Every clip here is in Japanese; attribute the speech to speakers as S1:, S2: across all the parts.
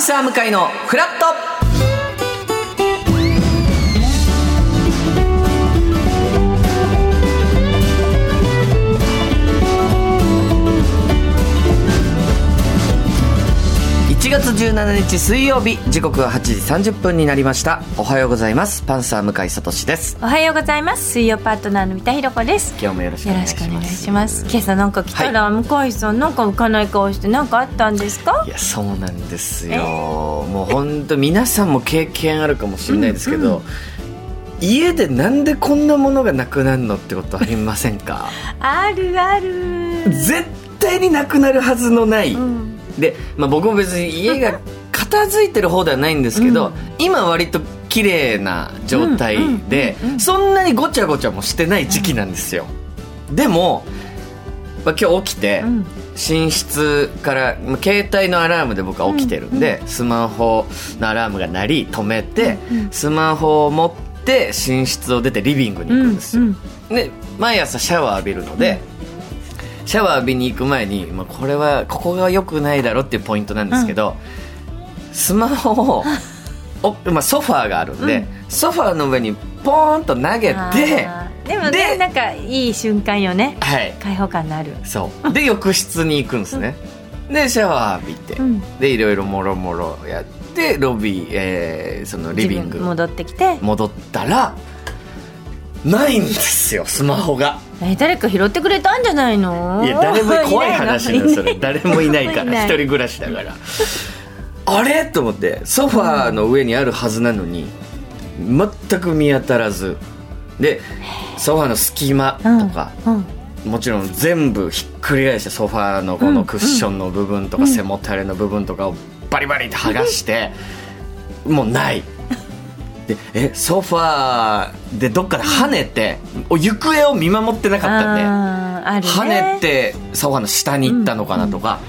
S1: スアー向井のフラット1月17日水曜日時刻は8時30分になりましたおはようございますパンサー向井聡です
S2: おはようございます水曜パートナーの三田寛子です
S1: 今日もよろしくお
S2: よろ
S1: 願い
S2: し
S1: し
S2: くお願
S1: ま
S2: い
S1: す
S2: します今朝なんか来たら向井さんなんか浮かない顔してなんかあったんですか
S1: いやそうなんですよもう本当皆さんも経験あるかもしれないですけど、家でなんでこんなものがなくなるのってことありませんか
S2: あるある
S1: 絶対になくなるはずのない、
S2: うん
S1: で、まあ、僕も別に 家が片付いてる方ではないんですけ
S2: う
S1: ど、
S2: ん
S1: 今割と綺麗な状態で、
S2: うんうんうんうん
S1: そんなにごちゃごちゃもしてない時期なんですよ、でも、まあ、今日起きて、
S2: うん
S1: 寝室からまあ携帯のアラームで僕は起きてるんで、スマホのアラームが鳴り止めて、
S2: うんうん
S1: スマホを持って寝室を出てリビングに行くんですよ、で毎朝シャワー浴びるので、シャワー浴びに行く前に、まあ、これはここが良くないだろっていうポイントなんですけど、スマホをお、まあ、ソファーがあるんで、
S2: うん
S1: ソファーの上にポーンと投げ
S2: あ
S1: て
S2: ーでも
S1: で
S2: ねなんかいい瞬間よね
S1: はい
S2: 開放感のある
S1: そうで浴室に行くんですね、でシャワー浴びて、
S2: うん
S1: でいろいろもろもろやってロビー、えーそのリビン
S2: 自
S1: グ
S2: 分戻ってきて
S1: 戻ったらないんですよスマホが。
S2: え誰か拾ってくれたんじゃないの
S1: いや誰も怖い 話だよそ
S2: いな
S1: れ誰もいないか
S2: いな
S1: ら
S2: い
S1: 一人暮らしだからあれと思ってソファーの上にあるはずなのに全く見当たらずでソファーの隙間
S2: うん
S1: とか、
S2: うん
S1: もちろん全部ひっくり返してソファーのこのクッションの部分とか、背もたれの部分とかをバリバリって剥 がして、もうないでえソファーでどっかで跳ねて、行方を見守ってなかったんで、
S2: あーあるね
S1: 跳ねてソファの下に行ったのかなとか、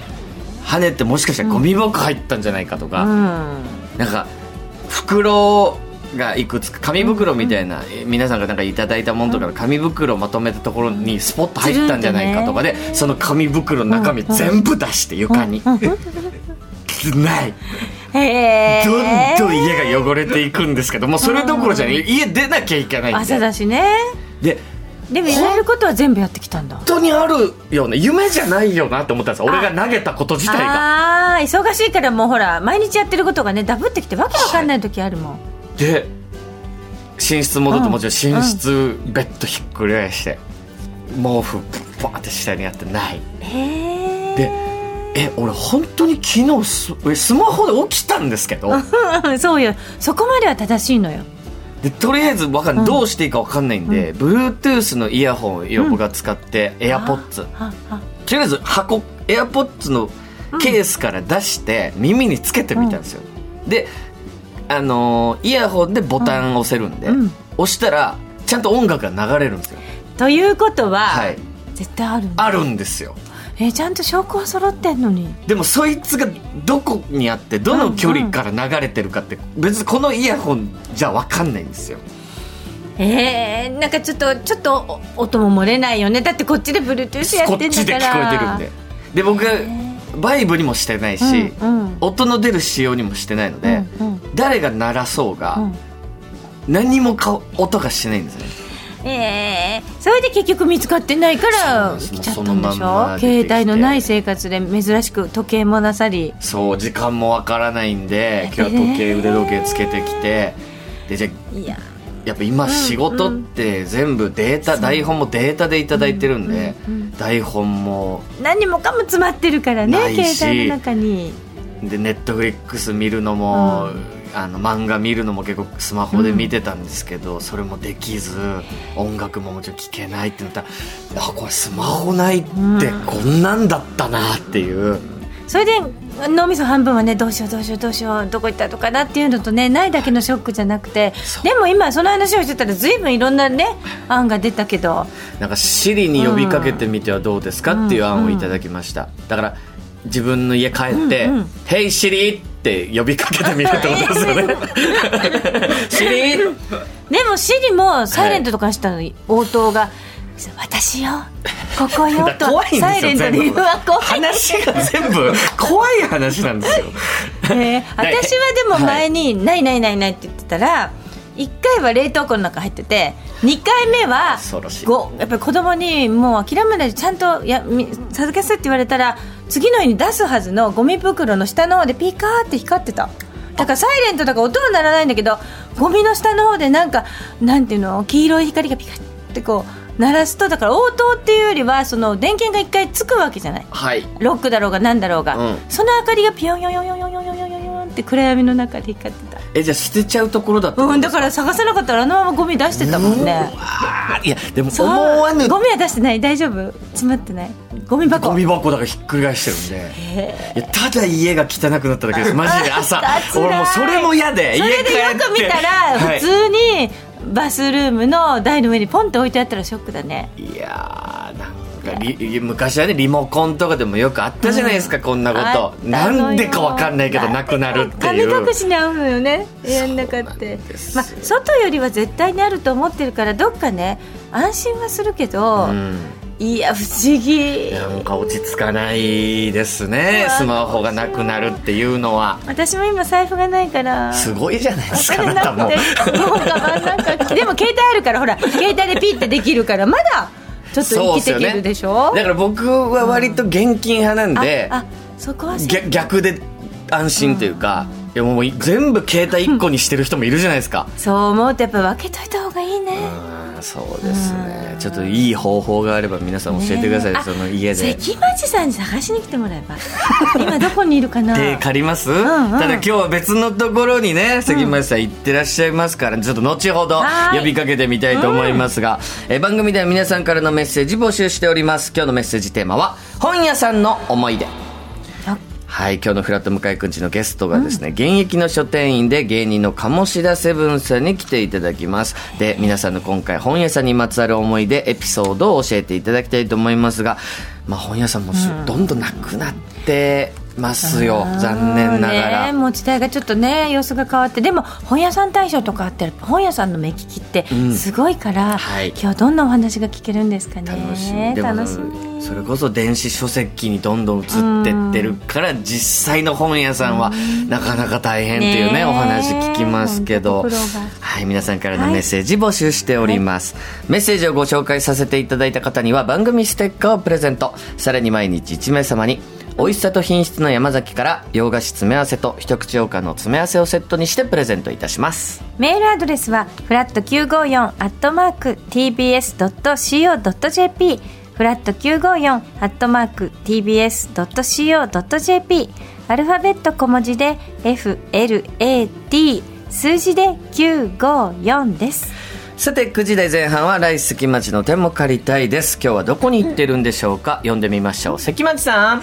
S1: 跳ねてもしかしたらゴミ箱入ったんじゃないかと
S2: う
S1: か、
S2: ん
S1: なんか袋がいくつか紙袋みたいな、え皆さんがなんかいただいたものとかの紙袋をまとめたところにスポッと入ったんじゃないかとかで、その紙袋の中身全部出して床に、ない
S2: へ
S1: ど
S2: え
S1: んどん家が汚れていくんですけどもうそれどころじゃない家出なきゃいけないん
S2: 朝
S1: で
S2: だしね
S1: で
S2: でも言われることは全部やってきたんだ
S1: 本当にあるような夢じゃないよなって思ったんですよ俺が投げたこと自体が。
S2: ああー忙しいからもうほら毎日やってることがねダブってきてわけわかんない時あるもん、
S1: で寝室戻って
S2: うん
S1: もちろん寝室ベッドひっくり返して毛布バーって下にあってない
S2: へ
S1: でえ俺本当に昨日スえスマホで起きたんですけ ど
S2: えそうよそこまでは正しいのよ
S1: でとりあえずわかんない
S2: うん
S1: どうしていいか分かんないんで、Bluetooth のイヤホンを僕が使って、AirPods
S2: ああ
S1: とりあえず箱 AirPods のケースから出して耳につけてみたんですよ、であのーイヤホンでボタンを押せるんで、
S2: うん
S1: 押したらちゃんと音楽が流れるんですよ
S2: ということは、
S1: はい
S2: 絶対あるんだ
S1: あるんですよ
S2: えーちゃんと証拠は揃ってんのに
S1: でもそいつがどこにあってどの距離から流れてるかって別にこのイヤホンじゃ分かんないんですよ
S2: えー、なんかちょっとちょっとお音も漏れないよねだってこっちで Bluetooth や
S1: こ
S2: っ
S1: って
S2: ん
S1: ち
S2: だ
S1: で聞
S2: から
S1: こえてるんでで僕がバイブにもしてないし、
S2: うんうん
S1: 音の出る仕様にもしてないので、
S2: うんうん
S1: 誰が鳴らそうが、
S2: うん
S1: 何もか音がしてないんですね
S2: ええそれで結局見つかってないから
S1: そう
S2: 来ちゃったんでしょ
S1: そのまんま出てき
S2: 携
S1: て
S2: 帯のない生活で珍しく時計もなさり
S1: そう時間もわからないんで今日は時計
S2: えー
S1: 腕時計つけてきてでじゃあ
S2: いや
S1: やっぱ今仕事って全部データ、台本もデータでいただいてるんで、台本も
S2: 何もかも詰まってるからね
S1: ないし
S2: 携帯の中に
S1: でネットフリックス見るのも、あの漫画見るのも結構スマホで見てたんですけど、それもできず音楽ももちろん聴けないってなったらあこれスマホないってこんなんだったなっていう、
S2: それで脳みそ半分はねどうしようどうしようどうしようどこ行ったとかなっていうのとねないだけのショックじゃなくて
S1: そう
S2: でも今その話をしてたら随分いろんなね案が出たけど
S1: なんか Siri に呼びかけてみてはどうですかっていう案をいただきました、だから自分の家帰って「
S2: うんうん
S1: Hey Siri!」って呼びかけてみるってことです よね Siri!
S2: でもシリもサイレントとかにしたのに応答が「私よここよ
S1: だか
S2: と
S1: ら怖いんですよ
S2: サイレントで言
S1: 全
S2: う
S1: 部
S2: わ怖い、
S1: 話が全部怖い話なんですよ。
S2: えー私はでも前に「ないないないない」って言ってたら1回は冷凍庫の中入ってて2回目は
S1: 恐ろしい
S2: ごやっぱり子供にもう諦めないでちゃんとやみ授けさせって言われたら次の日に出すはずのゴミ袋の下の方でピカーって光ってただからサイレントだから音は鳴らないんだけどゴミの下の方でなんかなんていうの黄色い光がピカッてこう鳴らすとだから応答っていうよりはその電源が1回つくわけじゃない
S1: はい。
S2: ロックだろうがなんだろうが、
S1: うん
S2: その明かりがピヨンヨンヨンヨンヨンヨンヨンヨンヨンって暗闇の中で光って
S1: えじゃあ捨てちゃうところだった
S2: た、うん、だ
S1: です
S2: から探さなかったらあのままゴミ出してたもんね
S1: うわーいやでも
S2: そう
S1: 思わぬ
S2: ゴミは出してない大丈夫詰まってないゴミ箱
S1: ゴミ箱だからひっくり返してる
S2: へ
S1: んで。
S2: え
S1: いやただ家が汚くなっただけですマジで朝
S2: あ辛い
S1: 俺もうそれも嫌で
S2: それでよく見たら
S1: はい
S2: 普通にバスルームの台の上にポンって置いてあったらショックだね
S1: いやーなんかリ昔はねリモコンとかでもよくあったじゃないですか、こんなこ
S2: あった
S1: と
S2: のよ
S1: なんでかわかんないけどなくなるって
S2: 神
S1: いう
S2: 隠しに合うのよね部屋の中っ
S1: そうな
S2: て
S1: んです
S2: まあ外よりは絶対にあると思ってるからどっかね安心はするけど、
S1: うん、
S2: いや不思議
S1: なんか落ち着かないですね
S2: うわ
S1: スマホがなくなるっていうのは
S2: 私も今財布がないから
S1: すごいじゃないです
S2: お
S1: かあ
S2: 金
S1: なた
S2: な
S1: も
S2: くてもうカバンなんかでも携帯あるからほら携帯でピッてできるからまだちょっと
S1: そう
S2: 生
S1: で
S2: き
S1: す
S2: てい
S1: よ
S2: け
S1: ね
S2: るでしょ
S1: だから僕は割と現金派なんで、
S2: ああそこはそう
S1: 逆逆で安心というか、いやもう全部携帯1個にしてる人もいるじゃないですか
S2: そう思うとやっぱ分けといた方がいいね
S1: うんそうですねちょっといい方法があれば皆さん教えてください、
S2: ねえ
S1: その家で
S2: 関町さんに探しに来てもらえば今どこにいるかな
S1: 手借ります、
S2: んうん
S1: ただ今日は別のところにね関町さん行ってらっしゃいますから、ちょっと後ほど
S2: はい
S1: 呼びかけてみたいと思いますが、えー番組では皆さんからのメッセージ募集しております今日のメッセージテーマは「本屋さんの思い出」
S2: あ
S1: はい、今日のフラット向井くんちのゲストがですね、現役の書店員で芸人の鴨志田セブンさんに来ていただきます。で、皆さんの今回本屋さんにまつわる思い出、エピソードを教えていただきたいと思いますが、まあ本屋さんもすどんどんなくなってますよ、残念なが
S2: ね、
S1: ら。
S2: 持ち体がちょっとね様子が変わってでも本屋さん大賞とかあって本屋さんの目利きって
S1: ん
S2: すごいから、
S1: はい
S2: 今日どんなお話が聞けるんですかね
S1: 楽しみ。でも
S2: 楽しみ
S1: それこそ電子書籍にどんどん移ってってるから、実際の本屋さんはなかなか大変っていう
S2: ね
S1: ね、
S2: え
S1: お話聞きますけど
S2: 本当に苦労が。
S1: はい、皆さんからのメッセージ募集しております、メッセージをご紹介させていただいた方には番組ステッカーをプレゼントさらに毎日1名様に美味しさと品質の山崎から洋菓子詰め合わせと一口羊羹の詰め合わせをセットにしてプレゼントいたします
S2: メールアドレスはフラット954アットマーク tbs.co.jp フラット954アットマーク tbs.co.jp アルファベット小文字で FLAT 数字で954です
S1: さて9時台前半は来世関町の手も借りたいです今日はどこに行ってるんでしょうか読んでみましょう関町さん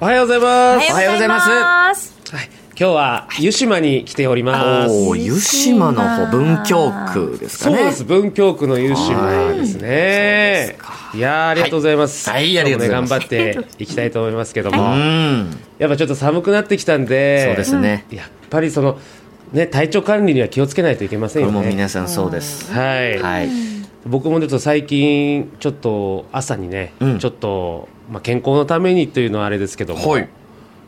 S3: おはようございます。
S1: おはようございます
S2: す
S3: はい今日は湯島に来ております。
S1: おー湯島の方文京区ですか
S3: そう
S1: ね
S3: です。文京区の湯島ですね。いやーありがとうございます。
S1: はいはいありがとうございます
S3: 今日もね頑張っていきたいと思いますけども、
S1: うん
S3: やっぱちょっと寒くなってきたんで、
S1: そうですね、
S3: やっぱりそのね体調管理には気をつけないといけません
S1: こ
S3: よ
S1: れも
S3: ね。
S1: 皆さんそうです
S3: はい、
S1: はい
S3: 僕もちょっと最近ちょっと朝にね、
S1: うん
S3: ちょっとまあ健康のためにというのはあれですけども、
S1: はい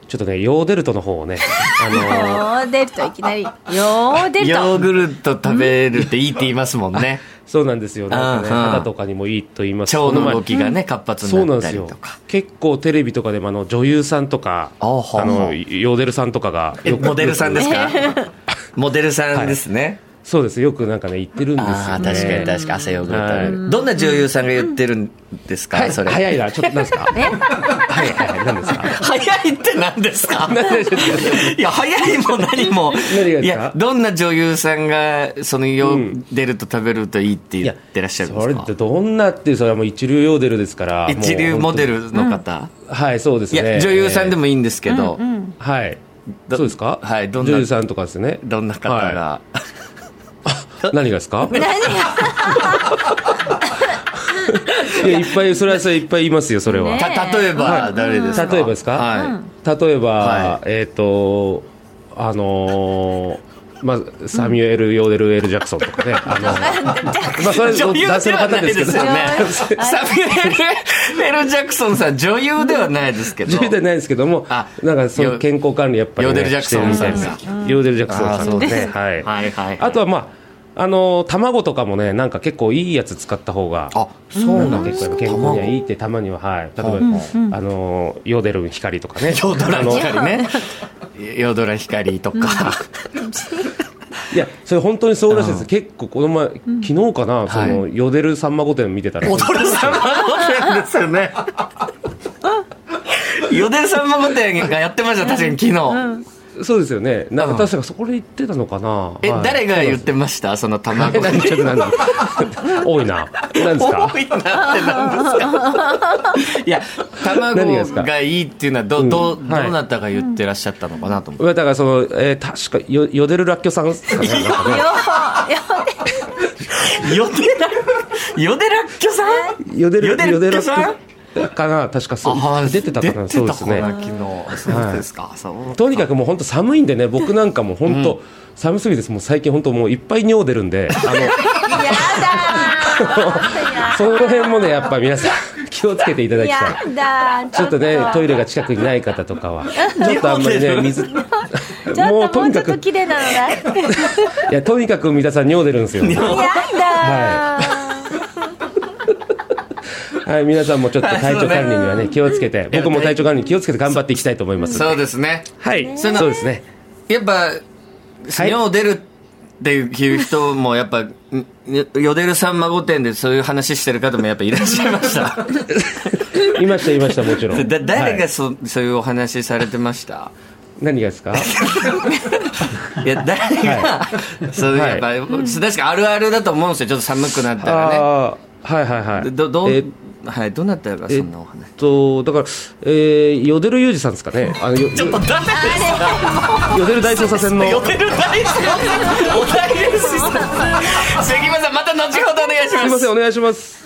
S3: ちょっとねヨーデルトの方をね、あの
S2: ヨーデルトいきなりヨーデル
S1: ヨー
S2: ト
S1: グルト食べるっていいって言いますもん ね
S3: そうなんですよ。なんかね、
S1: うんうん
S3: 肌とかにもいいと言います
S1: 腸
S3: こ
S1: の
S3: 前
S1: 動きがね活発
S3: そう
S1: に
S3: な
S1: なんっ
S3: で
S1: た
S3: す
S1: りと
S3: よ
S1: か。
S3: 結構テレビとかでもあの女優さんとか、
S1: あ
S3: あ
S1: はは
S3: の、ヨーデルさんとかが
S1: え
S3: よく。
S1: モデルさんですか モデルさんですね、
S3: そうです。よくなんかね、言ってるんです
S1: あ
S3: よ、
S1: あ
S3: ね。
S1: 確かに確かに朝ヨーグルトある、
S3: は
S1: どんな女優さんが言ってるんですか、
S3: はい、
S1: それ
S3: 早いな、ちょっとなんですか。
S2: え
S3: はいはい、なんですか。
S1: 早いって何ですか
S3: 何でしょう
S1: いや早いも何も
S3: 何がですか
S1: いやどんな女優さんがそのヨ
S3: う
S1: ー
S3: ん
S1: デルト食べるといいって
S3: い
S1: 言
S3: や
S1: ってらっしゃるんで
S3: そ
S1: す
S3: れ
S1: か
S3: ってどんなっていう、それはもう一流ヨーデルですから。
S1: 一流モデ
S3: ル。
S1: ルの方、
S3: はい、そうです
S1: いや
S3: ね。
S1: 女優さんで
S3: も。
S1: もいいんですけど、
S3: はい。
S1: ど
S3: そうですか
S1: はいどんな
S3: 女優さんとかですね。
S1: どんな方
S3: は
S1: が、
S3: い何がですか
S2: 何が
S3: いや、いっぱい、それはそれいっぱいいますよ、それは。
S2: ね
S1: た例えば誰ですか、
S3: 例えばですか、
S1: はい
S3: 例えば、
S1: は
S3: えっ、とあのーまあ、サミュエル・ヨーデル・エル・ジャクソンと かね、あの、まあ、それ、
S1: 女優
S3: 男性
S1: で
S3: の
S1: は
S3: 方
S1: ない
S3: です
S1: で
S3: けど
S1: すよね
S2: 男性の方ですけど。
S1: サミュエル・エル・ジャクソンさん、女優ではないですけど。
S3: 10代ないですけども
S1: あ、
S3: なんかその健康管理やっぱり、ね、
S1: ヨーデルジャクソンさんが
S3: してるみたいですヨーデル・ジャクソンさん
S1: あーそう
S3: ね
S1: です
S3: はい。
S1: はいはい。
S3: あとはまあ、あの、卵とかもね、なんか結構いいやつ使った方が、
S1: あ、そうなんで
S3: 結
S1: す
S3: 構
S1: か。
S3: 健康にはい
S1: い。
S3: いってたまには、はい。例えば、
S1: うん
S3: あの、ヨーデル光とかね。
S1: ヨードラ
S3: あの
S1: 光ね。ヨードラ光とか。
S3: いや、それ本当にそうらしいです。結構この前、昨日かな、その、
S1: は
S3: ヨーデルさんま御殿見てたら、
S1: 踊るさんま御殿ですよね。ヨデルさんま御殿がやってました、確かに昨日。
S3: そうですよね。なん
S1: うん
S3: か確かそこで言ってたのかな。
S1: え、
S3: はい
S1: 誰が言ってましたその
S3: え
S1: 卵。
S3: 何ちょっと何だ多いな。何ですか
S1: 多いなってなんですかいや
S3: 何がで
S1: 卵
S3: すか
S1: がいいっていうのはど,、うど
S3: う
S1: ど
S3: んはいう
S1: なたが言ってらっしゃったのかなと思って、
S3: だからその、えー、確かよ、ヨデルらっきょさんですかね。なんかね
S1: よでらよでらっきょさん
S3: ヨデル、
S1: よでらっきょさん
S3: よでらっきょかな確かそう。
S1: あ
S3: 出てたかな
S1: 出
S3: そ
S1: て
S3: うで
S1: た
S3: す
S1: か
S3: ね
S1: な、。昨日そうですか、そう
S3: とにかくもう本当寒いんでね、僕なんかもう本当、寒すぎです。もう最近本当もういっぱい尿出るんで、あの、その辺もね、やっぱ皆さん気をつけていただきたい。
S2: やだ
S3: ちょっとね、トイレが近くにない方とかは、ちょっとあんまりね、水、
S2: ちょっともうちょっ
S3: く
S2: と、
S3: い
S2: 綺麗なのがやだ
S3: や、とにかく皆さん尿出るんですよ。はい、皆さんもちょっと体調管理にはね、気をつけて、僕も体調管理に気をつけて頑張っていきたいと思います。
S1: そうですね
S3: はい、
S1: そ
S3: そうう
S1: いうの
S3: ですね。
S1: やっぱ尿出るっていう人もやっぱん よでるさんま御殿でそういう話してる方もやっぱいらっしゃいました
S3: いました、いました、もちろん。
S1: だ誰
S3: は
S1: が
S3: い
S1: そ,、そういうお話されてました
S3: 何がですか
S1: いや、誰が、そう、
S3: はい
S1: やっぱ、確かあるあるだと思うんですよ。ちょっと寒くなったらね。
S3: ああ、はいはいはい。
S1: ど、ど
S3: え
S1: う
S3: っ、
S1: はい、どうなったらそんなお話。
S3: と、だから、えー、ヨデルユージさんですかね。あの、よよ
S1: 誰
S3: ヨデル大捜査線の。
S1: てる大好きお題です。関村さん、また後ほどお願いします
S3: すいません、お願いします。